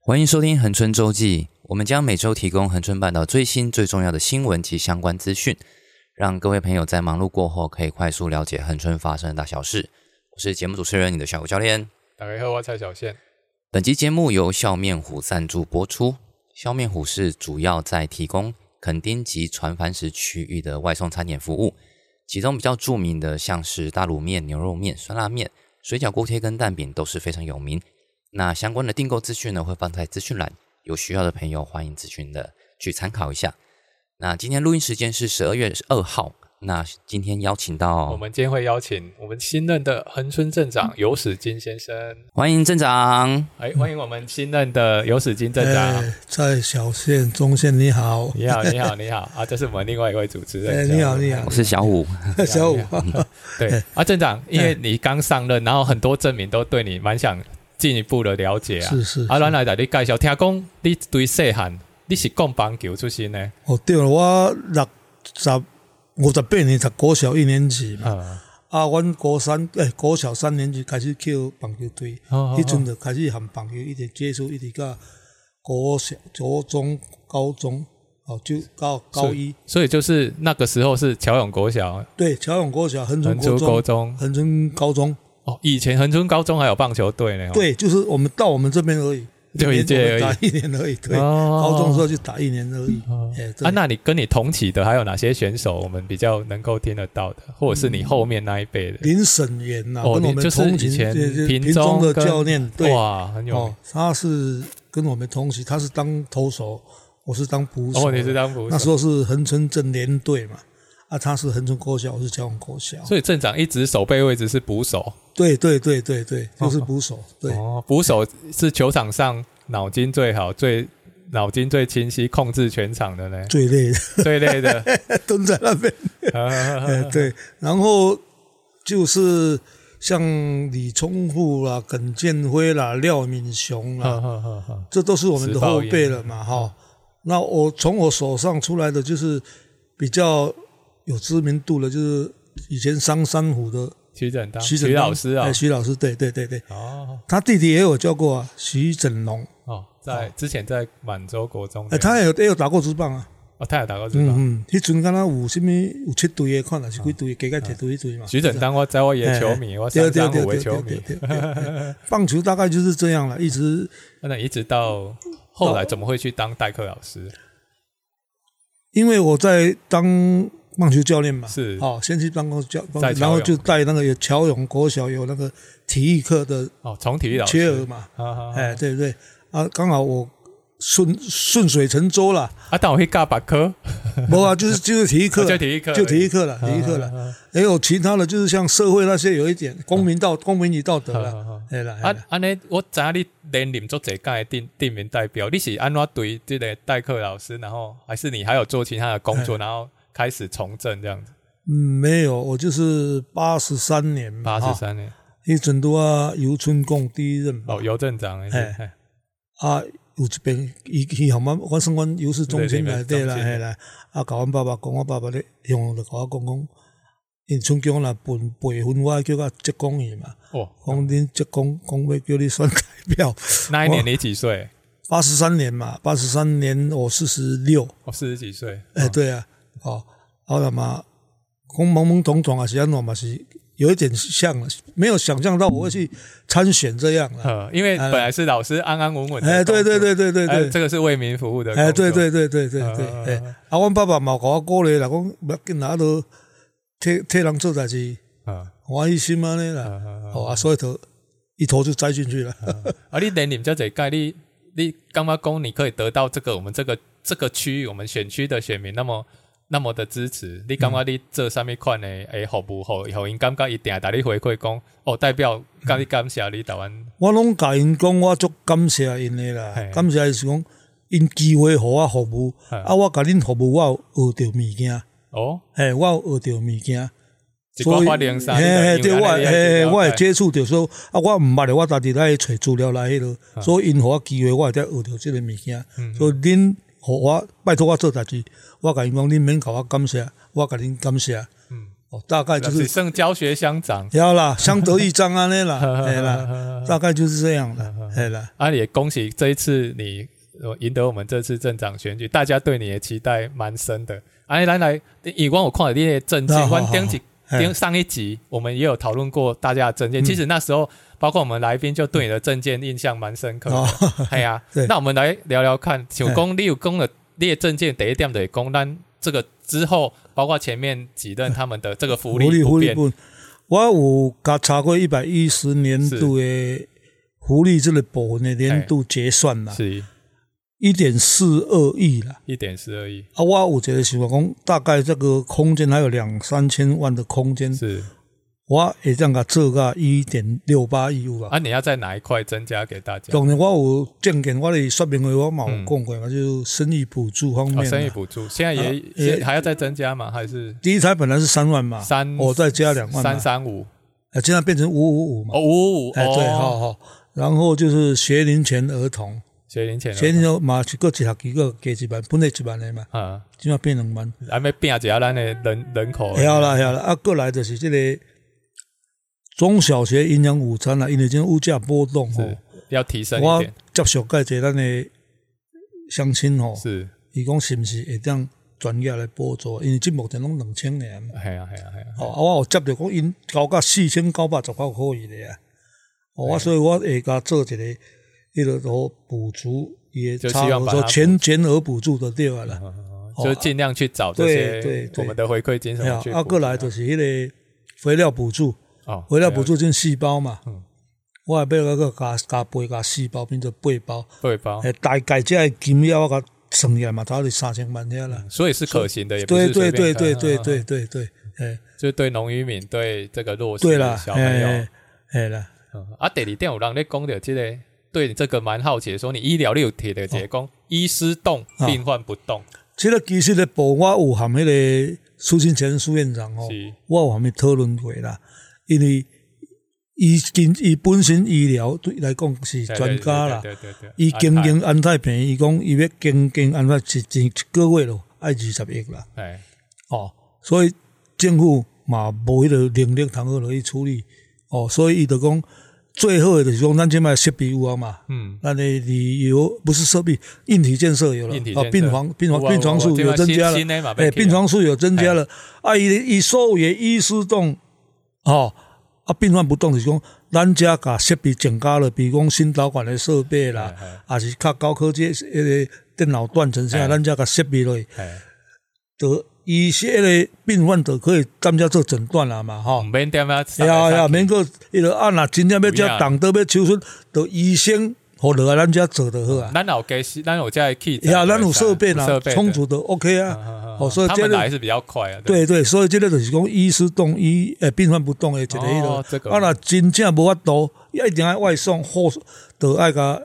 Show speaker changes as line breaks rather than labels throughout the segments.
欢迎收听恒春周记，我们将每周提供恒春半岛最新最重要的新闻及相关资讯，让各位朋友在忙碌过后可以快速了解恒春发生的大小事。我是节目主持人，你的小吴教练。
打开后，我蔡小宪。
本集节目由笑面虎赞助播出。笑面虎是主要在提供垦丁及船帆石区域的外送餐点服务，其中比较著名的像是大卤面、牛肉面、酸辣面、水饺、锅贴跟蛋饼都是非常有名。那相关的订购资讯呢，会放在资讯栏，有需要的朋友欢迎咨询的去参考一下。那今天录音时间是十二月二号，那今天邀请
哦
到
我们今天会邀请我们新任的恒春镇
嗯
长尤史金先生，
欢迎镇长，
哎，欢迎我们新任的尤史金镇长。
哎在小县、中县，你好，
你好，你好， 你好啊！这是我们另外一位主持
哎，
人。
你好，你好哎
我，是小虎。
小五
你， 对啊，镇长，因为你刚上任，然后很多镇民都对你蛮想进一步的了解啊。
是是，
啊，咱来带你介绍，听讲你对细汉你是讲棒球出身的，
哦，对了，我六十五十八年读国小一年级嘛，
嗯，
啊，阮国三诶，国小三年级开始去棒球队，
哦
迄阵就开始含棒球一直接触，一直到国小、初中、高中，哦，就到高一，
所以就是那个时候是乔永国小、
对，乔永国小、恒
恒
春国
春
中
高、中。
恒春高中，
哦，以前恒春高中还有棒球队呢。哦，
对，就是我们到我们这边而已，
就一届而已
我们打一年而已，对，
哦
高中的时候就打一年而已。
哦
哎对
啊，那你跟你同起的还有哪些选手，我们比较能够听得到的，或者是你后面那一辈的？
嗯林沈源呐、
哦
跟我
你
们
就是
同
以
行呃
前
对对
屏
屏
中
中的
跟
教练，对，
哇，很有
哦
名。，
他是跟我们同行，他是当投手，我是当捕手。
哦，你是当捕
那时
手，
候是恒春镇联队嘛，啊，他是恒春国小，我是交通国小。
所以镇长一直守备位置是捕手。
对对对对对，就是捕手，对，，
哦，捕手是球场上脑筋最好、最脑筋最清晰、控制全场的呢
最累的
最累的。
蹲在那边。
嗯
哎，对，然后就是像李聪富啦、耿建辉啦、廖敏雄啦，这都是我们的后辈了嘛，哈。
嗯
那我从我手上出来的就是比较有知名度的，就是以前商山虎的
徐振当，
徐
徐
整
老师啊
哎，，徐老师，对对对对，
哦
他弟弟也有教过啊，徐整龙，
哦，在之前在满洲国中的，
哎，他也有也有打过职棒啊，
哦，他有打过这个。
嗯嗯，迄阵敢若有啥物有七队的，看啊若是几队，加加一队一队嘛。哎
徐振当，我在我也球迷，我三张我为球迷，
对对对棒球大概就是这样了，一直
那一直到后
哦
来怎么会去当代课老师？
因为我在当棒球教练嘛，
是
哦，先去当过教，
在
然
乔
后
勇
就带那个有乔勇国小有那个体育课的
哦，从体育老
缺额
师。
嘛，
啊
哎，对不对？啊，刚好我顺顺水成舟 啦，
啊！但我会尬把科，，
没有啊，就是就是体育课
就体育课，
就体育课了，
而已啊
体育课了，。还有其他的就是像社会那些有一点公民道、公民与道德了，哎啦，哎
啊
啦，
安尼，我知影你连任做这届
嗯
定定名代表，你是安怎对这个代课老师，然后还是你还有做其他的工作，然后开始从政这样子？
嗯，没有，我就是八十三年嘛，
八
哈
十三年
迄阵拄啊，游春共第一任嘛，
哦，邮政长
哎啊，有一边伊伊含阮，阮算阮游市中心内底啦，
对对
嘿啦，啊，甲阮爸爸讲，阮爸爸咧，向就甲我讲讲，因春江若分培训我，叫我职工去嘛，
哦，
讲恁职工讲要叫你选代表，
那一年你几岁？
八十三年嘛，八十三年我四十六，
我哦四十几岁。
哎，对啊，哦，后来嘛，讲懵懵懂懂啊，是安怎嘛是有一点像了，没有想象到我会去参选这样啦，
呃，因为本来是老师安安稳稳的工作，
嗯哎，对对对对对
哎
对。
这个是为民服务的，
哎，对，对对对对对
啊，
哎，啊，阮爸爸嘛，甲我鼓励啦，讲不要紧啦，啊都替替人做代志，
啊
欢喜心安尼
啊
啦，
啊
哦啊，所以头一头就栽进去了。
啊！你连你们这这届，你你干嘛讲你可以得到这个我们这个这个区域我们选区的选民那么那么的支持？你感觉你做上面款的诶服务好，以后因感觉一定打你回馈讲哦，代表甲你感谢你台湾
我拢甲因讲，我足感谢因的啦
嘿，
感谢是讲因机会互我服务，
嗯
啊，我甲恁服务，我有学着物件，
哦，
嘿，我有学着物件，
一个发零三，
嘿嘿，
你就
对
因
我
为安尼你
嘿
也了
嘿，
解
我会接触着说，啊，我毋捌的，我家己来找资料来迄落，所以因互我机会，我会得学着即个物件。
啊嗯
所以恁互我拜托我做代志，我甲因讲，恁免甲我感谢，我甲恁感谢。
嗯
哦，大概就
只
是
剩教学乡 长，
要啦，相得益彰安尼 啦，哎啦，大概就是这样啦，哎啦，
啊，也恭喜这一次你呃赢得我们这次镇长选举，大家对你的期待蛮深的。啊，来来，以往我看了你的政见，
啊好
我顶一
好哎嗯
顶上一集我们也有讨论过大家的政见，其实那时候包括我们来宾就对你的政见印象蛮深刻的。
哦，
哎呀、
对哎
那我们来聊聊看，九公六公的列证件第一点的公，但这个之后，包括前面几任他们的这个福
福利
利不
福利
变，
部，我有甲查过一百一十年度的福利这个部分的年度结算啦，
是
一点四二亿啦。
一点四二亿，
啊，我有一个想法讲，大概这个空间还有两三千万的空间，
是
我会当甲做个一点六八亿有吧。
啊，你要在哪一块增加给大家？哦
当然，我有证件，我的说明会我嘛有讲过嘛，就是生意补助方面
嗯哦，
啦。
生意补助现在
啊
也、
也
现还要再增加吗？还是
第一胎本来是三万嘛，
三
我再加两万嘛
三，三五？
啊，现在变成五五五嘛
哦，。五五五
哎，对，好
哦，
好。然后就是学龄前儿童，
学龄前儿
学龄前嘛是各一学期个加一万，本来一万的嘛，
啊，
即嘛变两万。
还没啊变一下咱的人人口，
会晓啦，会晓啦。啊，过来就是这个中小学营养午餐啦，啊因为今物价波动吼
是，要提升一
我
点，
接触介济咱的相亲吼，
是，
伊讲是毋是会当专业来补助？因为即目前拢两千年。
哎呀哎呀哎呀，
哦，啊，我有接着讲，因交到四千九百十九可以的啊。
哎
哦，我所以我会甲做一个，迄个都补足伊
就
的
希
差
望
额，
把它
说
补嗯
全全额补助的对啊啦。哦
就尽量去找这
对
些
对
我
对
们的回馈金什
哎
么
呀
去，
啊，
补
过
助
来就是迄个肥料补助，
哦，
肥料补助进四包嘛
嗯。
我后壁个个加加八加四包，变做八包。
对包，
诶，大概即个金额我甲算起来嘛，差不多三千万遐啦。
所以是可行嗯的，也不
对
是随
对
便嗯
对对对
看，
对对对，诶，
就对农渔民对这个弱势
对啦哎
的，小朋友
诶，诶啦。
嗯啊，第二点有人咧讲到这个，对你这个蛮好奇的，说你医疗你有提的结讲医师动，
哦啊
病患不动，
即个其实咧，部我有含迄个苏清泉苏院长吼
是，
我有含伊讨论过啦。因为伊经伊本身医疗对来讲是
对
专家啦，
对对对对对，
伊经
安
营安泰平，伊讲伊要经营安泰一一个月咯，爱二十亿啦，
排哎，
哦，所以政府嘛无迄个能力通好落去处理，哦，所以伊就讲最好的就是讲咱即卖设备有啊嘛，
嗯，
那你旅游不是设备，硬体建设有了
硬体，
啊，
建设
病房病
有
房
啊
病床数有增加了，哎，病，
有啊有啊这嘛新新的嘛被起啊哎
病床数有增加了，啊，伊伊所有的医师动，哦，啊，病床不动就是讲，咱家甲设备增加了，比如讲新导管的设备啦，啊是较高科技的迄个电脑断层
哎
下，咱家甲设备落去，
哎，
得医些个病患就可以咱家做诊断了嘛，吼
唔。免点啊，送来
哎呀
送
呀，
去
免个伊个啊，若真正要遮动刀要手术，就医生互落来咱遮做就好啊。
咱有给是，咱有在 key，
呀，咱有设备啦
设，备
充足的 OK
的，
啊。
啊
哦所以
他
这
们
个
来是比较快啊，
对对，所以这个就是讲医师动医，诶，病患不动的一个迄
哦这个
个。啊，若真正无法度，一定爱外送或就爱甲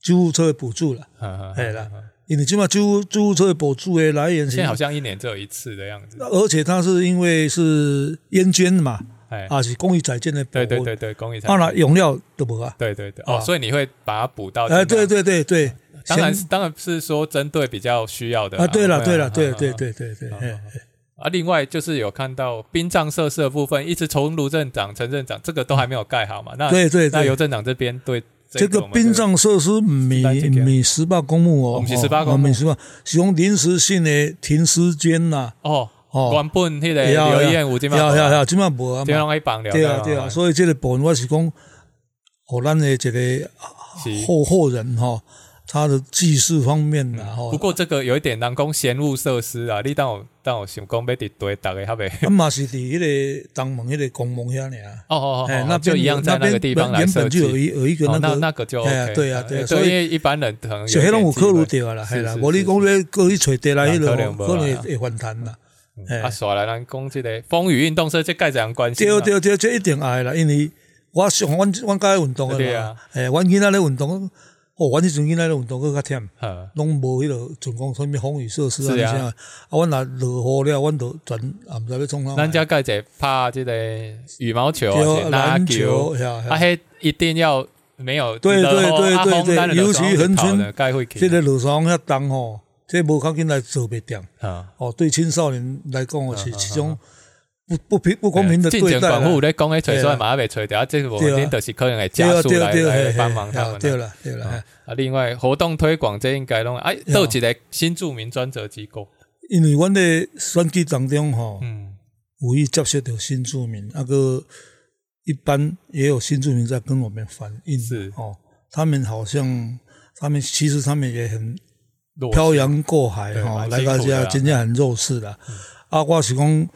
救护车的补助啦，
嗯，嗯
嘿啦。因为即马救护救护车的补助的来源是
现在，好像一年只有一次的样子。
而且它是因为是烟捐嘛，
哎，
啊是公益在建的补
对对，对对，公益
啊
产
若用了都无啊。
对对对，哦，
啊
所以你会把它补到。
哎，对，对对对，
啊当然
先
是当然是说针对比较需要的
啊，对了，对了，
啊
对
啊
对
啊
对对对，嘿
啊，另外就是有看到殡葬设施的部分，一直从卢镇长、陈镇长这个都还没有盖好嘛？那
对对
啊那
对
邮镇长这边对
这个殡，葬设施米
单间
米十八公墓
哦
哦，
不是18公墓
米十八是用临时性的停尸间呐，
我们这哦，
哦
原本那个刘燕有这边，
要要要，即嘛无啊
这边
嘛，
拢一绑了，
对啊对啊，所以这个部分我是讲，互咱的一个
以
后后人吼，他的祭祀方面呐哦吼
嗯不，过这个有一点难讲闲物设施啊，你当我当我想讲要伫对大概较袂。
啊嘛是伫迄个东门迄个公墓遐尔。
哦哦哦，
哎
哦，
那
就
边
一样在那
那
个
边
地方来
原
设
本就有
计。
一有一个
哦，那
个
那个就
哎呀
OK，
对啊
哎
对啊所
对，
以
因为一般人可能有
小黑
点
拢有
忌
考虑
讳
到啦，系啦
是，是
无你
是
讲要过去找地来迄
可
落，
能无啊
可能会会反弹啦。
啊，煞来咱讲即个风雨运动社，这介怎样关系？
对对对，这一定爱啦，因为我上阮阮家咧运动
对
诶
啊
嘛，诶，阮囡仔咧运动，哦，阮迄阵囡仔咧运动佫较忝，
嗯，
拢无迄落像讲啥物风雨设施啊
是啊
啥，啊，阮若落雨了，阮就全也毋知要创啥。
咱家介者拍即个羽毛球啊、
对
是篮
篮
球
球，，呀，
啊，
呀
迄一定要没有
对对
然后
对
啊
对
风
对
咱就
尤
走上
其
去
恒
跑
春
呢介会去，
这个落霜遐重吼，这无较紧来做袂掂。
嗯
哦，对青少年来讲哦，是
嗯
一种不不平不公平的
啊进前
对待
管
啦
户。咧讲诶，找出
对
来
啊
嘛被找掉，这个我
对啊
们就是可能会
对
加
啊
速
对啊
来
对啊嘿
来
嘿
帮忙他
啊
们啊。
对了对了，嘿
啊，另外活动推广这应该拢哎，
对啊
都有一个新著名专责机构，
因为阮咧选举当中吼，
嗯，
有意接触到新住民，啊个一般也有新住民在跟我们反映，
是
哦，他们好像他们其实他们也很
落
漂洋过海
对
吼，
蛮
来
辛苦
到
的
遮
啊
真正很弱势啦。啊，我是讲，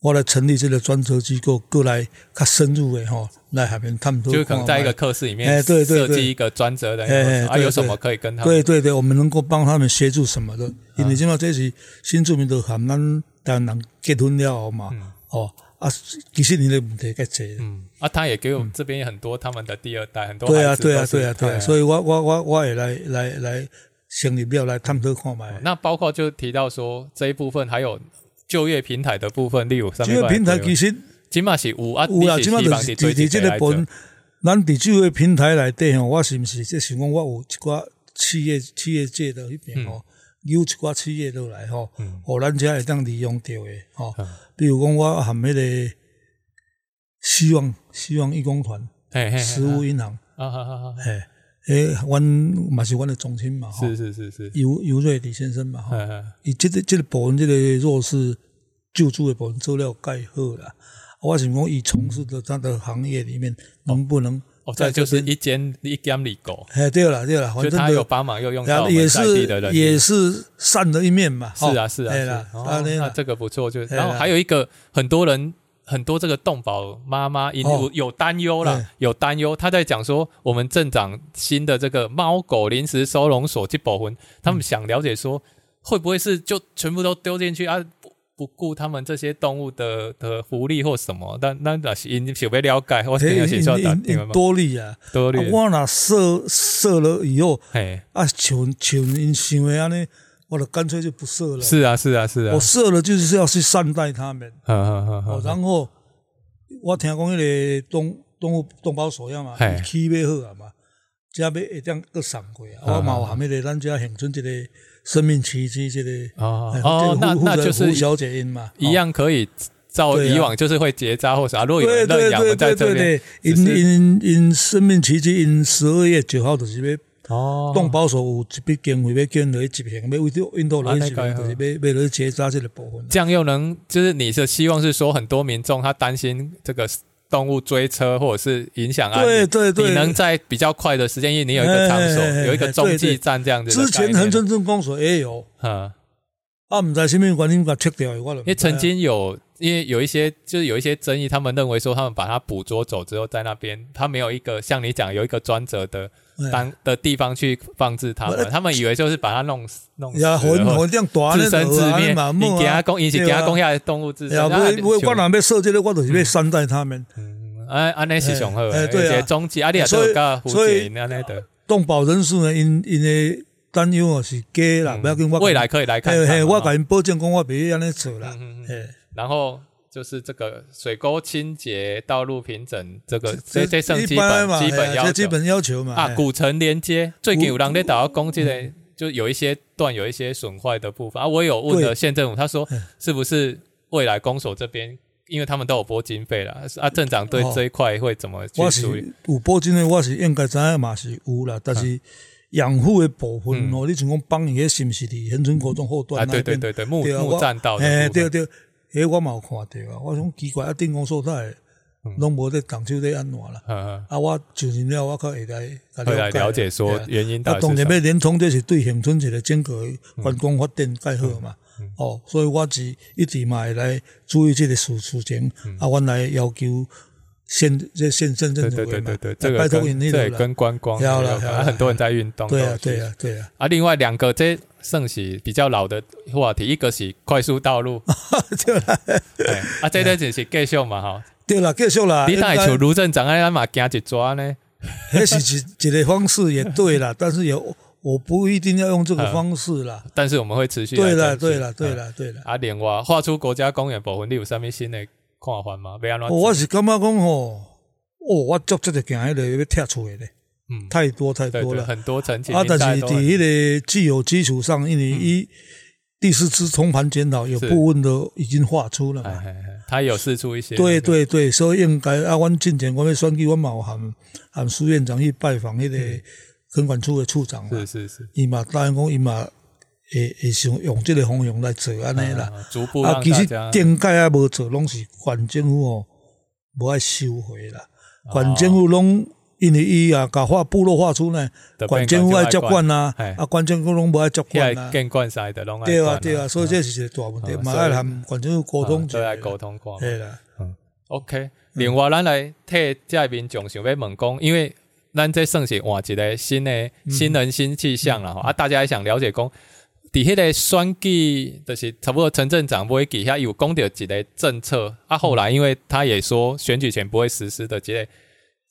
我来成立这个专责机构，过来较深入的吼，来下面探讨。
就可能在一个课室里面
哎对对
设
对
计一个专责的
哎哎
啊，
对
有什
对
么可以跟他们
对对对，我们能够帮他们协助什么的，因为即嘛这是新住民都含咱台湾人结婚了后嘛，哦啊，其实你的问题较济。
嗯，啊，他也给我们这边很多他们的第二代，很多
对啊
孩子都
对啊
是
对啊对啊，所
以
以我我我我也来来来成立了来探讨看卖。
那包括就提到说这一部分，还有就业平台的部分，例如上
这
面
个平台其实
起码是五啊，
有啦，
你是
即
希
摆就
望
是
做
伫
一个
伫即个
来
本
做，
咱伫即个平台内底吼，我是毋是即想讲我有一寡企业企业界的迄边
嗯
吼，有一寡企业落来吼，互咱遮会当利用着诶吼
嗯。
比如讲我含迄个希望希望义工团、
嘿嘿嘿
食物银行，
啊哈哈哈，
嘿，诶，阮嘛是阮的总亲嘛吼
是，是是是，
尤尤瑞李先生嘛吼。
嗯嗯
伊即个即个部分，即个弱势救助的部分做了介好啦。我想讲，伊从事的他的行业里面，能不能
哦，这
在
就
这
是
边？
一间一间里狗，
哎，对了对了，反
就
正
他
都
有帮忙又用
然
到
后
我
也
们在地的
是
人力，
也是善的一面嘛。
是啊，是啊，
哎
是啊，
啦啊
哦
那哎
那
啦
这个不错，就
嘿
然后
啦
还有一个很多人很多这个动保妈妈因
哦哎
有有担忧
对
啦，有担忧，他在讲说我们镇长新的这个猫狗临时收容所去保
嗯
魂，他们想了解说会不会是就全部都丢进去啊？不不顾他们这些动物的的福利或什么，但那那是因想要了解，我
嘿
是要是要打
哎因
电话
因
嘛，
多利啊，
多
啊
虑，
我若设设了以后，
嘿，
啊，像像因想的安尼，我就干脆就不设了。
是啊，是啊，是啊
我，设了就是要去善待他们。
嗯嗯嗯
哦，
嗯，
然后我听讲迄个动动物动保所呀嘛
嘿，
起码好啊嘛，遮要会当搁送过啊。
啊
我嘛有含迄个咱遮恒春一个生命奇迹，这个
哦
哎
哦
这个
那
胡
那
胡
就是
胡小姐因嘛，
一
哦。
样可以照
对啊
以往，就是会结扎或啥。啊如果有
对
人认
对
养，我
对
们
对
在这
对
边
对，因
只是
因因生命奇迹，因十二月九号就是要
哦
动保所有一笔经费要捐落去执行，要为着运动落去
啊
执
那
行，
个
就
好
是要要落去结扎这个部分。
这样又能就是你的希望是说，很多民众他担心这个动物追车或者是影响安
对
宁，
对对，
你能在比较快的时间，因为你有一个场所
哎哎哎，
有一个中
对
继
对
站这样子的
之
概
前
念
恒春镇公所也有。
嗯，
啊，毋知啥物原因甲撤掉的，我就
因为曾经有。因为有一些就是有一些争议，他们认为说他们把它捕捉走之后，在那边他没有一个像你讲有一个专责的
当
当的地方去放置它
啊我
们，他们以为就是把它弄死弄死
也
了，
火火这样大
自生自灭，
嘛，
你给他供，引起给他供
呀，
下来动物自
啊
啊生。
呀，不会不会，我若要设这个，我就是要善待他们。
安安啊内是上好的，
哎哎
而
对啊
且终极阿里亚
所以
都个胡
所以
姐安内的，
动保人士呢，因因的担忧哦是假啦，
嗯
不要紧，我
未来可以来看
嘿嘿，
看嘛。
我
哈
甲因保证讲，我袂安尼做啦。
嗯嗯嗯
嘿，
然后就是这个水沟清洁、道路平整，这个这这算基
一般
本
嘛，
基
嘿
本
这
要
基
求
本要 求嘛。
啊。
嘿
古城连接最近有人在打到攻击
嗯
的，就有一些段有一些损坏的部分啊。我有问了
对
县政府，他说
嗯
是不是未来公所这边，因为他们都有拨经费了啊，镇长对
哦
这一块会怎么去
我
处理？
是有保证的，我是应该知影嘛是有啦，但是养护的部分哦，你像讲帮伊是毋是伫恒春国中后
啊，
段
对对
那边？
对对，木
对啊
木
我
栈道的
哎，
部分
对对，迄我嘛有看到啊，我想奇怪，啊，电工所在拢无咧动手咧安怎啦？
嗯，
啊，我上任了，我较会来来
会来了解说
对啊
原因到
啊，
底
当
是什
然
么。嗯
要联通，这是对恒春一个整个观光发展介好嘛。哦，所以我是一直嘛会来注意这个事事情，啊，我来要求县这县
嗯
县政
对
府
对对对
的嘛啊
对，，这
来拜
个
托
跟
因那
这
个
也
啦。
跟观光
要啦
有关
要啦
很多人在运动。
对
都
啊
是
对啊对啊，
啊，另外两个这算是比较老的话题，一个是快速道路，
对啦
哎啊，这个就是继续嘛哈。
对啦，继续 啦。
你那
哎啊应该
像卢镇长安嘛行一抓呢？
那是一一个方式也对啦，但是也我不一定要用这
啊
个方式啦。
但是我们会持续来
对啦，
争取
对啦，对。
嗯
啦，对啦。
啊，另外画出国家公园保护，你有啥物新的看法吗？不要乱
哦，。我是感觉讲吼，哦，我足足就行迄个要拆除的咧，
嗯，
太多太
对
多
对，
了。
很多层级
啊，但是
都嗯
伫迄个既有基础上，因为一第四次重盘检讨有
是
部分的已经画出了
哎
嘛，
哎哎他有试出一些、那
对
个，
对对，所以应该啊，阮进前我要选举，阮嘛有含含苏院长去拜访迄个垦管处的处长嘛，
嗯是是是，
伊嘛答应讲伊嘛会会想用即个方向来做安尼啦。
啊，逐步让
啊，其
大
实
家
顶届啊无做，拢是县政府哦无爱收回啦。
哦
县政府拢因为伊啊，甲划部落划出呢，
就变
县政府爱接管啊
管，
啊，县政府拢无爱接
现
管
在
啊。
更惯晒的拢爱
对啊，
管
对啊，所以这是一个大问题，
嗯
嘛
所以
爱含县政府沟通
嗯
者。
都爱沟通过嘛。
嘿啦，嗯
OK，另外咱来替这民众想要问讲，因为咱这算是换一个新的
嗯
新人新气象了吼、啊，大家也想了解讲，伫迄个选举，就是差不多陈镇长尾底下有讲到一个政策，
嗯
啊，后来因为他也说选举前不会实施的这个。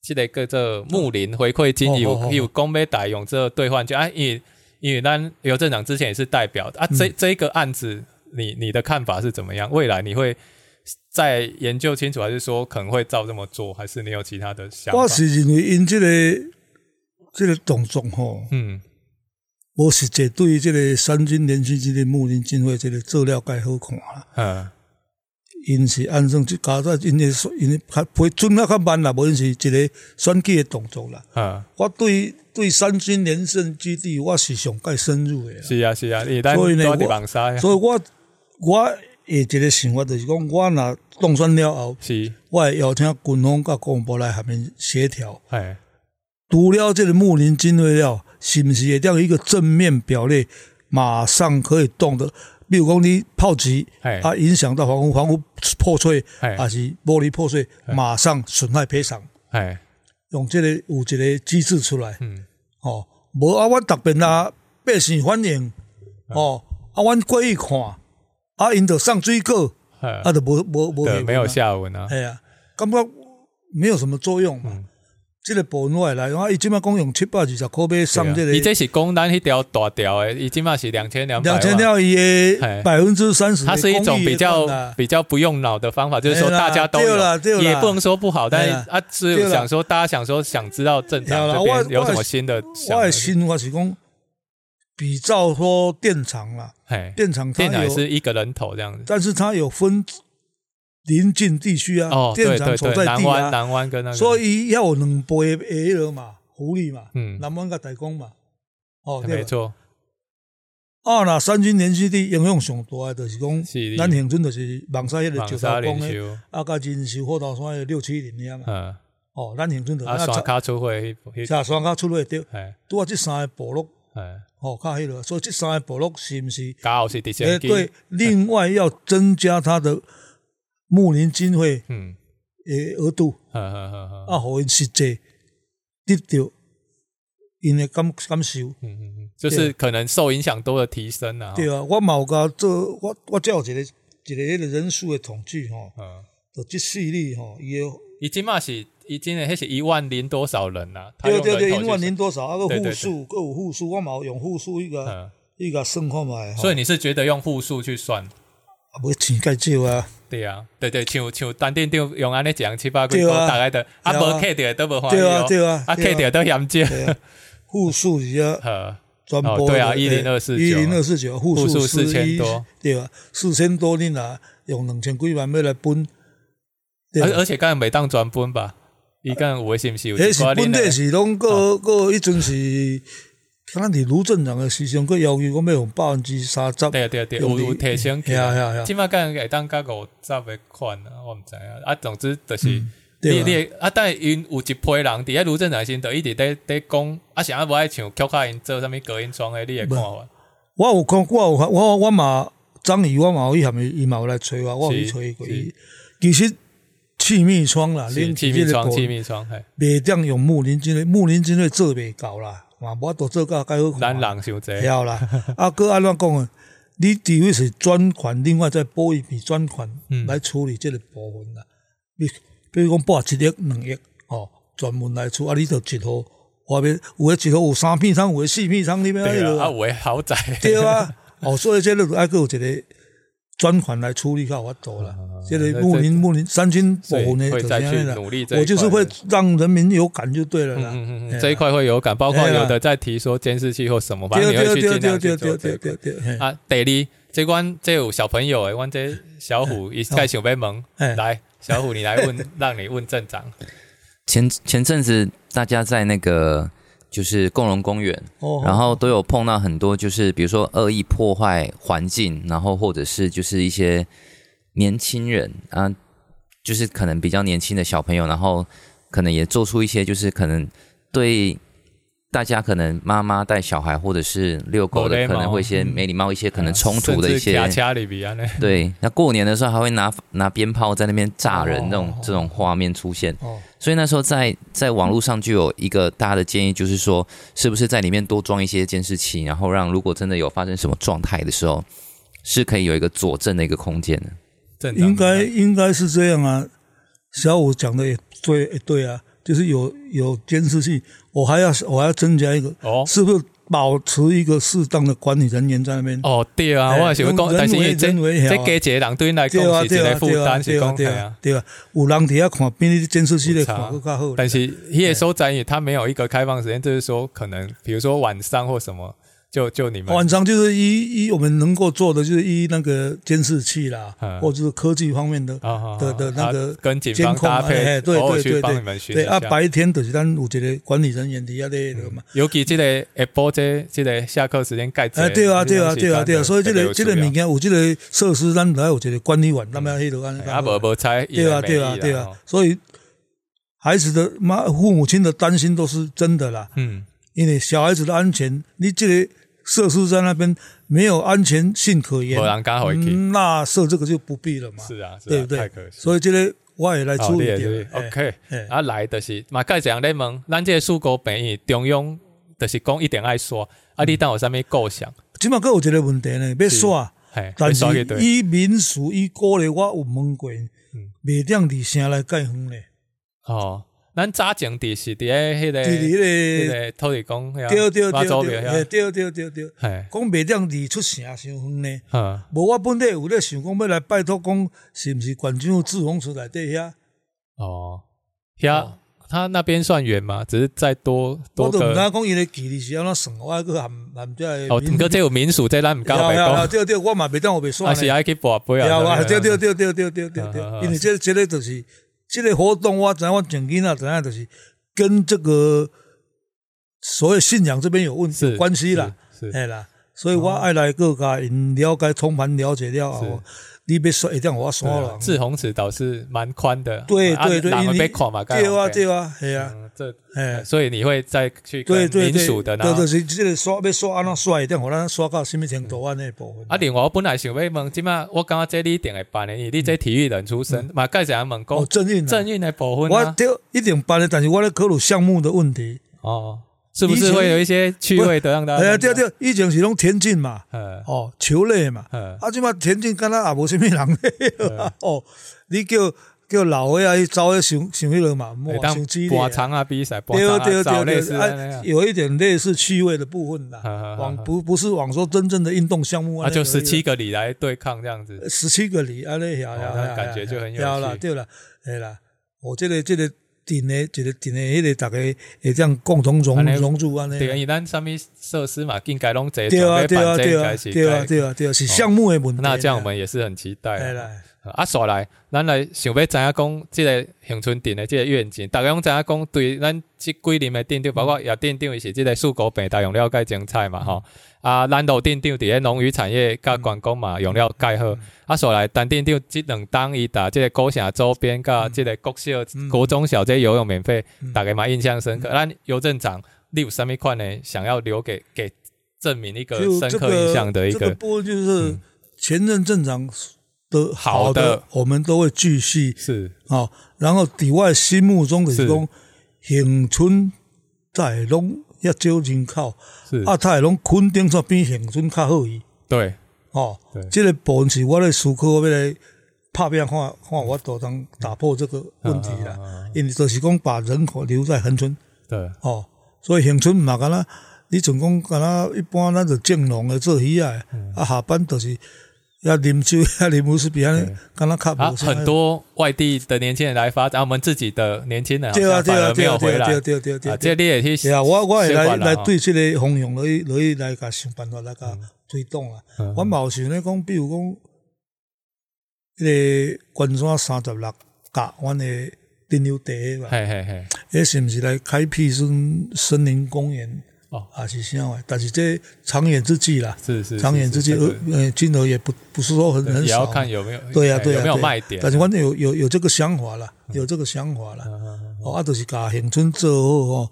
这个叫做木林回馈金
哦
有
哦哦
有公杯打用这兑换券啊，因为因为咱刘镇长之前也是代表的啊，这
嗯
这个案子你你的看法是怎么样？未来你会再研究清楚，还是说可能会照这么做，还是你有其他的想法？
我是认为因即个即个动作吼，
嗯
无实际对即个三军连续即个木林军会即个做了解好看啦。
嗯
因是按算即加在因的因的较批准啊较慢啦，无因是一个选举的动作啦。
嗯，
我对对三军连胜基地我是上界深入的啦，
是啊是啊，你咱
所以呢
抓地
我
网沙呀，
所以我我下一个想法就是讲，我若当选了后，
是
我会邀请啊军方甲公安部来下面协调。
哎
除了这个木林精锐了，是不是也要有一个正面表列，马上可以动的？比如讲你炮击，
哎
啊，影响到房屋，房屋破碎，
哎
还是玻璃破碎，马上损害赔偿，
哎
用这个有一个机制出来。
嗯
哦，无啊，我特别啊，百姓反映，
嗯
哦，啊，阮过去看，啊，因着上水果，啊，
呃
就无无
对，
无下文
没有
啊
下文啊，
哎呀，感觉没有什么作用嘛。
嗯
这个部分我会来用，啊，伊即摆讲用七百二十箍买
对啊
送这
你
个，
这是公单一条大条的，已经嘛是两千两百
两千料伊
哎
的百分之三十，
它是一种比较比较不用脑的方法，就是说
对啦
大家都
对啦
有，
对啦
也不能说不好，但是
对啦
啊，只有
对啦
想说大家想说想知道政党
对啦
这
我
边有什么
我
新的
我
想
的
法，
心我是讲，比照说电厂啦，
哎，
电厂它
电脑也
有，
是一个人头这样子。
但是它有分邻近地区啊，
哦，对
电
对
厂所
对，
在
南
地
湾
啊，
南湾跟那个，
所以要有两倍的迄落嘛，福利嘛，
嗯
南湾甲台工嘛，哦，对
没
吧？
错，
啊，那三军连续地影响上大的就是讲
是，
咱现阵就是网沙迄个
网
石
沙
头
连
公的。
修，
啊，甲人是火头山的六七零遐嘛，
嗯，
哦，咱现阵就
啊，
咱
刷
查
卡出会，迄
查啊山骹出来着，
哎
拄啊，即三个部落，
哎，
哦，较迄落，所以即三个部落是毋是？
刚好是第
诶，
三季，
哎对，另外要增加他的牧林经费
嗯，
诶额度，
呵呵呵呵，
啊，互因实际得到因的感感受。
嗯嗯嗯，就是可能受影响都的提升啊，
对啊，我嘛有甲做，我我才有一个一个迄个人数的统计吼，
嗯，
就即四例吼，伊的
已经嘛是，已经迄是一万零多少人呐？他
对
用
对对，
人
因
头
为
去
您多少啊个
对对
户
对
数，个有户数，我嘛有用户数一个。
算，嗯，
伊甲算看卖，
所以你是觉得用户数去算？
啊，无钱介少啊，
对啊，对对，像像单店店用安尼一人七八几
对
个
啊
大概的，啊，
对啊
无 K 掉都无欢喜
对啊
哦，
对啊
啊
对啊
K 掉都嫌少，
对啊，户数是啊，
呵，
全部
哦对啊10249
欸一零二四九户
户数
数
4000多，
对啊，四千多你若用两千几万要来分，对
而
啊，
而且敢袂当转本吧？伊敢有诶是毋是有一
呃
啊
迄是
寡
本
恁
地
的？
是拢
哦
个个迄阵是，敢若伫卢镇长诶时阵，佫要求讲要用百分之三十，
对啊对啊对啊，有有提升起
呀
来。
呀呀，
即马敢会当甲五十诶款啊，我毋知影啊，总之就是。你
对啊，
你啊，但因有一批人伫咧卢正南先，就一直在在讲，啊，想要无爱像曲卡因做啥物隔音窗诶，你会看啊法？
我有看，我有看，我我嘛张仪，我嘛有去含伊，伊嘛有来找我，我有去找过
是
伊，其实气密窗啦，
是
恁
气密窗，气密窗，嘿，
袂当用木林精锐，木林精锐做袂到啦，嘛无法度做到介好看
咱人伤济，
晓啦。 啊，搁安怎讲啊？你除非是专款，另外再拨一笔专款
嗯
来处理即个部分啦。你比如讲拨一亿、两亿哦，专门来处理，啊，你就一号，我要有诶一号有三片仓，有诶四片仓，你要
对
那
啊，啊，
个
有诶豪 宅，
对啊。哦，所以即个爱搁有一个专款来处理较有法度啦。即
啊这
个木林木林三军部
所以
分呢，
会
就是
再
安
去
尼啦。
努力这一块。
我就是会让人民有感就对了啦。
嗯嗯嗯，
哎呀
这一块会有感，包括
哎呀
有的在提说监视器或什么，反
对
正你会
对啊
去尽
对对
量去
对
做
对啊
这
对
个。
对对，嘿
啊，第二，这关这有小朋友诶，阮这小
哦
虎一盖想被蒙，
哎
来，小虎你来问，让你问镇长。
前前阵子大家在那个就是共荣公园，
哦，
然后都有碰到很多，就是比如说恶意破坏环境，然后或者是就是一些年轻人啊，就是可能比较年轻的小朋友，然后可能也做出一些就是可能对大家可能妈妈带小孩或者是遛狗
没礼
的
貌
可能会一些没礼貌、一些 可能冲突的一些
嗯啊甚至骑车里啊边呢，
对。那过年的时候还会拿拿鞭炮在那边炸人
哦
那种这种画面出现，
哦，
所以那时候在在网络上就有一个大家的建议，就是说，是不是在里面多装一些监视器，然后让如果真的有发生什么状态的时候，是可以有一个佐证的一个空间的。
镇长
应该应该是这样啊。小五讲的也对，也对啊，就是有有监视器，我还要我还要增加一个，
哦
是不是保持一个适当的管理人员在那边？
哦对啊，
哎
我也是会讲，
人
但是因为这
人为人为
这
啊
加一个人对因来
对啊，
讲是一
对
个
啊，
负
对啊，
担，是
对啊，
讲
对
嘿啊
啊，。对啊，有人底下看，比你监视器
有
咧
差
看更较好。
但是那个时候咱也他没有一个开放时间，就是说可能比如说晚上或什么，就就你们
哦晚上就是依依我们能够做的，就是依那个监视器啦，
嗯
或者是科技方面的。
啊啊
的的那个
啊跟警方搭
监控
配
哎，对
偶尔
对
去
对
帮你们巡
对
查
啊，
一下。
白天就是咱有一个管理人员底下咧那个嘛。
尤其这个下波这这个下课时间盖子
哎，，对啊，对啊，对啊，对啊，所以这个这个物
明
件有这个设施，咱来有一个管理员，咱们要迄落安尼。
啊无无猜，
对啊，对啊，对啊，所以孩子的妈父母亲的担心都是真的啦。
嗯，
因为小孩子的安全，你这个设施在那边没有安全性可言
无，人敢回去，
嗯那设这个就不必了嘛，
是啊，是啊
对不
太
对
可？惜。
所以这个我也来
哦
处
你
理
也
掉
是。
哎
OK，
哎
啊来就是嘛，盖一人咧问，咱这个四高病院中央就是讲一定爱说，啊你当有啥物构想？
即嘛，佫有一个问题呢，要刷，
嘿，
但
要
是
去对嗯
以民俗以鼓励，我有问过，袂当伫城内盖园咧，
哦，咱早前伫是伫诶迄个
伫伫
迄
咧，
个土地公遐，
对对
马
对
祖
对，
庙
哎
遐，
对对对对，
嘿，
讲袂当离出城伤远咧。
嗯，
无，我本来有咧想讲要来拜托，讲是毋是县政府志宏厝内底遐，
哦，遐他那边算远吗？只是再多
我
多
都毋知
个
影讲伊咧距离是安怎算，我还佫含含遮
哦，毋过这有民俗，这咱毋敢白讲，
对对，我嘛袂当我袂
啊
算
是
咧。
爱去跋杯
对
啊
啊，
这
对
样
对对对对对对对
啊啊啊，
因为这这个就是这个活动，我知影我从囡仔知影就是跟这个所谓信仰这边有问
是
有关系啦，，
是是
哎啦，所以我爱来各家因了解通盘了解了后，你别说一定我
对
说
啊
了，
志宏祠倒是蛮宽的，
对对对，
我
因
们被
为
看嘛，
对啊
啊，
对啊，系啊，
嗯这
哎。
所以你会再去跟
对对
民
对，
俗的，然
对，
后
就是这个刷要刷安怎刷，一定互咱刷到什么程度安尼部分。
啊，另外我本来想要问，即马我感觉这你一定会办的，因为你这体育人出身，嘛介绍人问
哦
讲，
正运啊，
正运的部分
我
啊，
对一定办的，但是我咧考虑项目的问题。
哦，是不是会有一些趣味的让大家？
哎呀，对，
啊
对，以前是拢田径嘛，
呃
哦，球类嘛，
呃，
啊，即马田径敢若也无啥物人
啊
咧。 哦，你叫叫老伙仔去走去想想迄落嘛，
会
莫
哎当
想激烈啊
拔。长啊比赛，拔长
对
啊
对
找类
对
似
对，
的那
啊，
样，
有一点类似趣味的部分啦
呵呵呵，
往不不是往说真正的运动项目
啊，就十
是
七个里来对抗这样子，
呃十七个里，啊安尼呀
哦
呀
那
呀，
感觉就很有
呀
趣
啦，对啦，哎啦，我这个这个顶的，这个顶的，迄个大家会这样共同融
安尼
融入安啊尼。
啊对，因为咱上面设施嘛，应该拢这
对啊，对啊，对
应
啊，
该是哦
对啊，对啊，对啊，是项目的问题。
那这样我们也是很期待
哎
啊。
啦，
啊，煞来，咱来想要知影讲，即个恒春镇的即个愿景，大家拢知影讲，对咱即几年的镇长，包括也镇长伊是即个四股病，大用了解精彩嘛吼。
嗯
啊，咱老镇长伫咧农渔产业甲观光嘛，用了解好。啊，煞来，陈镇长即两当伊打即个古城周边甲即个国小、国中小这游泳免费，大家嘛印象深
嗯
刻。咱邮政长，你有啥物款呢？想要留给给证明一个
就
呃深
这
刻印
个
象的一
这个
个嗯
波就是前任镇长的
好
好
的
的，我们都会继续
是
哦。然后底外心目中的
是
是讲，永春在拢也少人口，
是，
啊，他会拢肯定说比永春较好伊。
对
哦
对，
这个部分是我咧思考，要来拍拼看看我多能打破这个问题啦。
啊啊啊啊
因为就是讲把人口留在恒春
对。
哦，所以恒春嘛，敢若你像讲敢若一般咱就正农的做鱼啊，
嗯
啊下班就是要啉酒 要啉乌斯比安尼，敢若较
啊，
无啥
很。多外地的年轻人来发展，啊我们自己的年轻人好
对啊
像
对
反而
啊
没
对
有
啊
回
对
来
啊
啊
对啊对啊对啊，
这你也去
对啊，我我会
协
来
管啦
来
哦
对这个方向来来来甲想办法来甲推动啊。
嗯
阮嘛有想咧讲，比如讲，迄个关山三十六甲，阮诶顶流第一嘛，
嘿嘿嘿，
迄是毋是来开辟森森林公园
哦，
啊？是啥诶？但是这长远之计啦，
是是，
长远之计，
是是
呃
这个，
呃，金额也不不是说很
对
很
也要
少嘛。
看有没有
对呀、
哎
对呀、
有没有
对啊
卖点，嗯
但是阮有有有这个想法啦，有这个想法啦。哦，啊，就是甲乡村做好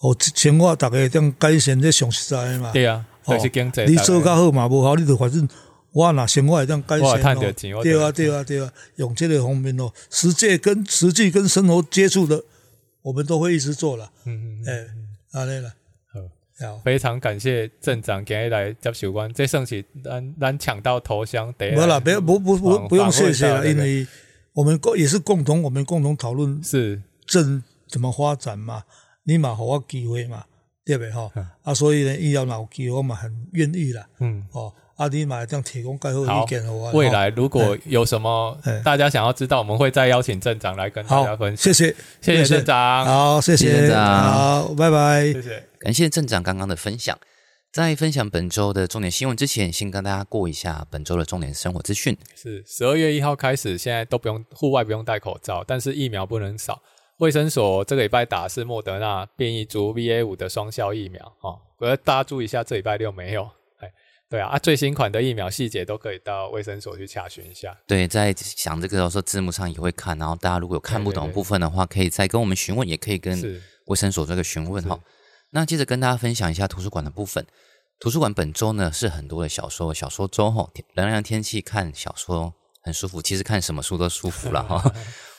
吼，哦，生活逐个当改善这上实在的嘛。
对啊，
哦
就是经济，
你做较好嘛，无好你就反正我若生活会当改
我有
善
赚到
咯。
钱我
对
就
啊，对啊，对啊，用这个方面哦，实际跟实际跟生活接触的，我们都会一直做啦。
嗯嗯嗯，啊
诶、安尼啦，啊好，
非常感谢镇长今日来接受阮，这算是咱咱抢到头香第一。
无啦，别不不
访
不不用
访问一
谢谢
下
啦，
那
因
个
为我们共也是共同我们共同讨论
是
政怎么发展嘛，你嘛给我机会嘛，对不对吼
嗯？
啊，所以呢，以后若有机会我嘛很愿意啦，
嗯，
哦，啊，你嘛这样提供更好的
好
意见给我啦，
未
吼
来如果有什么
哎
大家想要知道，我们会再邀请镇长来跟大家
好，
分
谢
享。
谢，
谢谢镇长，
好，谢
谢谢
谢，
院长
好，拜拜
谢。谢。
感谢镇长刚刚的分享。在分享本周的重点新闻之前，先跟大家过一下本周的重点生活资讯。
是十二月一号开始，现在都不用户外不用戴口罩，但是疫苗不能少。卫生所这个礼拜打的是莫德纳变异株 VA 五的双效疫苗哦，我要大家注意一下，这礼拜六没有。哎，对啊，啊最新款的疫苗细节都可以到卫生所去查询一下。
对，在想这个时候，字幕上也会看，然后大家如果有看不懂
对对
的
对
部分的话，可以再跟我们询问，也可以跟
是
卫生所这个询问哈。那接着跟大家分享一下图书馆的部分。图书馆本周呢是很多的小说，小说周哈，凉凉天气看小说很舒服，其实看什么书都舒服了哈。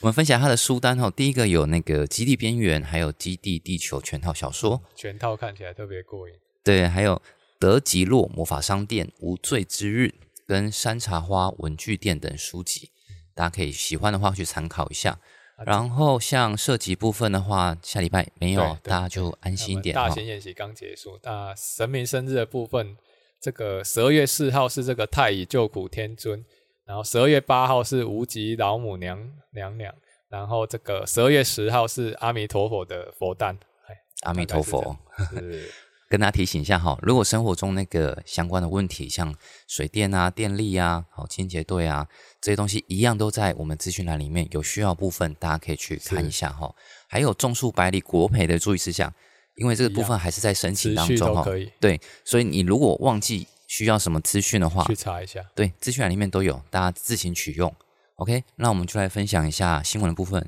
我们分享它的书单哈，第一个有那个《基地边缘》，还有《基地地球》全套小说，
全套看起来特别过瘾。
对，还有《德吉洛魔法商店》《无罪之日》跟《山茶花文具店》等书籍，大家可以喜欢的话去参考一下。
啊
然后像涉及部分的话，下礼拜没有
对，对
大家就安心一点
那
哈
我们大。型演习刚结束，那神明生日的部分，这个十二月四号是这个太乙救苦天尊，然后十二月八号是无极老母娘娘娘，然后这个十二月十号是阿弥陀佛的佛 诞。哎
阿弥陀佛，
大概是这样是
跟大家提醒一下哈，如果生活中那个相关的问题，像水电啊、电力啊、好清洁队啊这些东西，一样都在我们资讯栏里面，有需要的部分大家可以去看一下哈。还有种树百里国培的注意事项，因为这个部分还是在申请
持
当
续
中
都
哈。
可以
对，所以你如果忘记需要什么资讯的话
去，查一下。
对，资讯栏里面都有，大家自行取用。OK，那我们就来分享一下新闻的部分。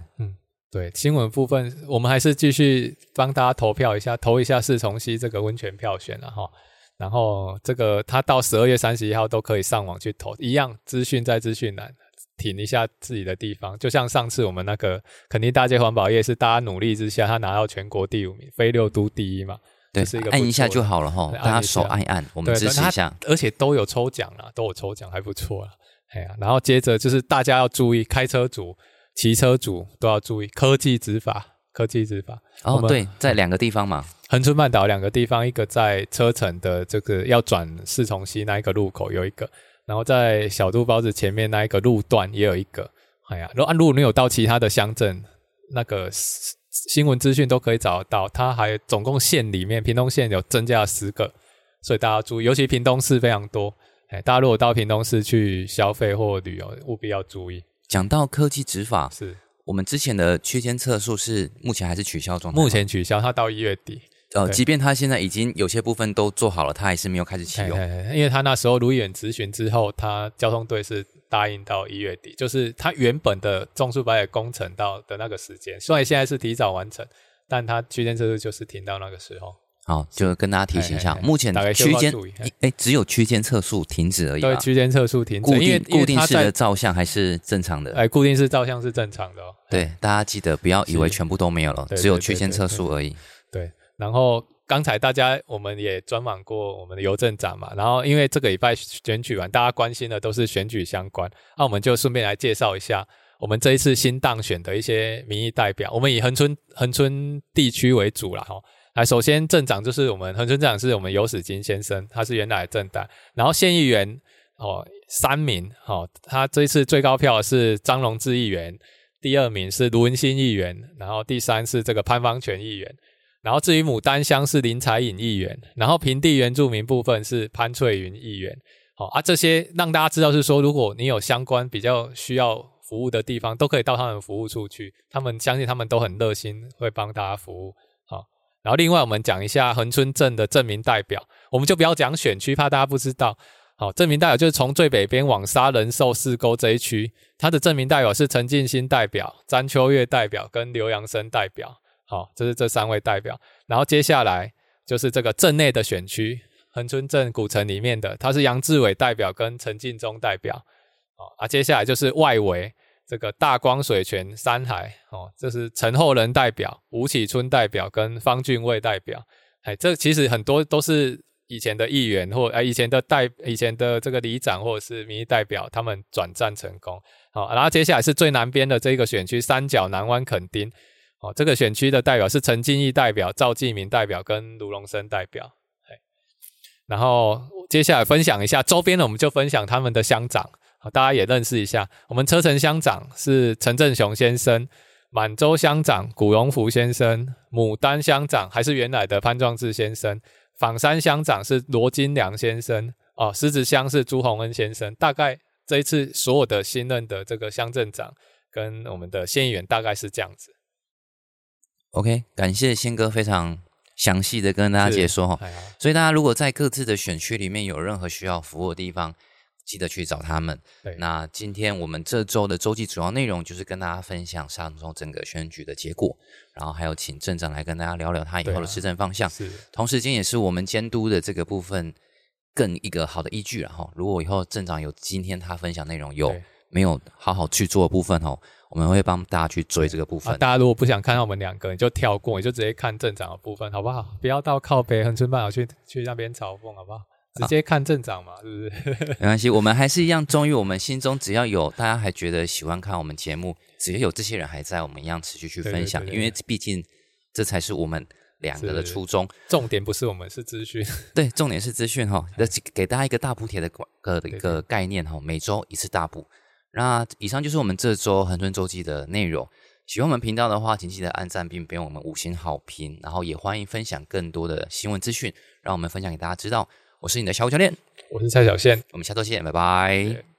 对新闻部分，我们还是继续帮大家投票一下，投一下四重溪这个温泉票选了、啊、哈。然后这个他到十二月三十一号都可以上网去投，一样资讯在资讯栏，挺一下自己的地方。就像上次我们那个肯尼大街环保夜是大家努力之下，他拿到全国第五名，非六都第一嘛。
对
这是一个，不
按一下
错的
就好了哈，
对
大
按
家
一下
手按一按，我
我
们支持一下。，
而且都有抽奖啦，都有抽奖，还不错啦。哎呀，然后接着就是大家要注意，开车族、骑车族都要注意科技执法，科技执法。我
哦，
们
对，在两个地方嘛，
恒春半岛两个地方，一个在车城的这个要转四重溪那一个路口有一个，然后在小肚包子前面那一个路段也有一个。哎呀，如果如果你有到其他的乡镇，那个 s- 新闻资讯都可以找得到。它还总共县里面，屏东县有增加了十个，所以大家注意，尤其屏东市非常多。哎，大家如果到屏东市去消费或旅游，务必要注意。
讲到科技执法，
是，
我们之前的区间测速是目前还是取消状态吗。
目前取消，它到一月底。
呃，
对
即便它现在已经有些部分都做好了，它还是没有开始启
哎
用。
哎哎因为他那时候卢议员咨询之后，他交通队是答应到一月底，就是他原本的种树白的工程到的那个时间，虽然现在是提早完成，但他区间测速就是停到那个时候。
好，就跟大家提醒一下，
哎哎哎
目前
大概
区间
就要注意哎
哎，只有区间测速停止而已
对，
吧。
区间测速停止，
固
因
定
为因为
固定
他
式的
在
照相还是正常的。
哎，固定式照相是正常的哦。
对，大家记得不要以为全部都没有了，
对
只有
对对
区间测速而已。
对，然后刚才大家我们也专访过我们的邮政长嘛，然后因为这个礼拜选举完，大家关心的都是选举相关，那、我们就顺便来介绍一下我们这一次新当选的一些民意代表，我们以恒春恒春地区为主啦，哈。来，首先镇长就是我们恒春镇长是我们尤史金先生，他是原来的镇长，然后县议员哦三名哦，他这一次最高票是张荣志议员，第二名是卢文新议员，然后第三是这个潘方全议员，然后至于牡丹乡是林彩颖议员，然后平地原住民部分是潘翠云议员。好、哦、啊，这些让大家知道是说，如果你有相关比较需要服务的地方，都可以到他们服务处去，他们相信他们都很热心，会帮大家服务。好、哦，然后另外我们讲一下恒春镇的镇民代表，我们就不要讲选区，怕大家不知道。好、哦，镇民代表就是从最北边往沙人寿四沟这一区，他的镇民代表是陈进新代表、詹秋月代表跟刘阳生代表。好，这是这三位代表。然后接下来就是这个镇内的选区。恒春镇古城里面的，他是杨志伟代表跟陈进忠代表，哦啊，接下来就是外围这个大光水泉山海哦，这是陈后人代表、吴启春代表跟方俊卫代表，哎，这其实很多都是以前的议员或哎以前的代以前的这个里长或者是民意代表，他们转战成功，好、哦，然后接下来是最南边的这个选区三角南湾垦丁，哦，这个选区的代表是陈进义代表、赵继明代表跟卢龙生代表。然后接下来分享一下周边的，我们就分享他们的乡长，好，大家也认识一下。我们车城乡长是陈振雄先生，满洲乡长古荣福先生，牡丹乡长还是原来的潘壮志先生，仿山乡长是罗金良先生，哦，狮子乡是朱洪恩先生。大概这一次所有的新任的这个乡镇长跟我们的县议员大概是这样子。
OK，感谢仙哥非常。详细的跟大家解说哈，哎、所以大家如果在各自的选区里面有任何需要服务的地方，记得去找他们。那今天我们这周的周记主要内容就是跟大家分享沙龙中整个选举的结果，然后还有请镇长来跟大家聊聊他以后的施政方向。啊、
是
同时间也是我们监督的这个部分更一个好的依据然后如果以后镇长有今天他分享内容有没有好好去做的部分哦，我们会帮大家去追这个部分、啊。
大家如果不想看到我们两个，你就跳过，你就直接看镇长的部分，好不好？不要到靠北横村半岛去去那边嘲讽，好不好？直接看镇长嘛，啊、是不是？
没关系，我们还是一样忠于我们心中，只要有大家还觉得喜欢看我们节目，只要有这些人还在，我们一样持续去分享，
对对对
因为毕竟这才是我们两个的初衷。
重点不是我们是资讯，
对，重点是资讯哈、哦。那给大家一个大补贴的个一个概念哈、哦，每周一次大补。那以上就是我们这周恒春周记的内容。喜欢我们频道的话，请记得按赞并给我们五星好评，然后也欢迎分享更多的新闻资讯，让我们分享给大家知道。我是你的小吴教练，
我是蔡小宪，
我们下周见，拜拜。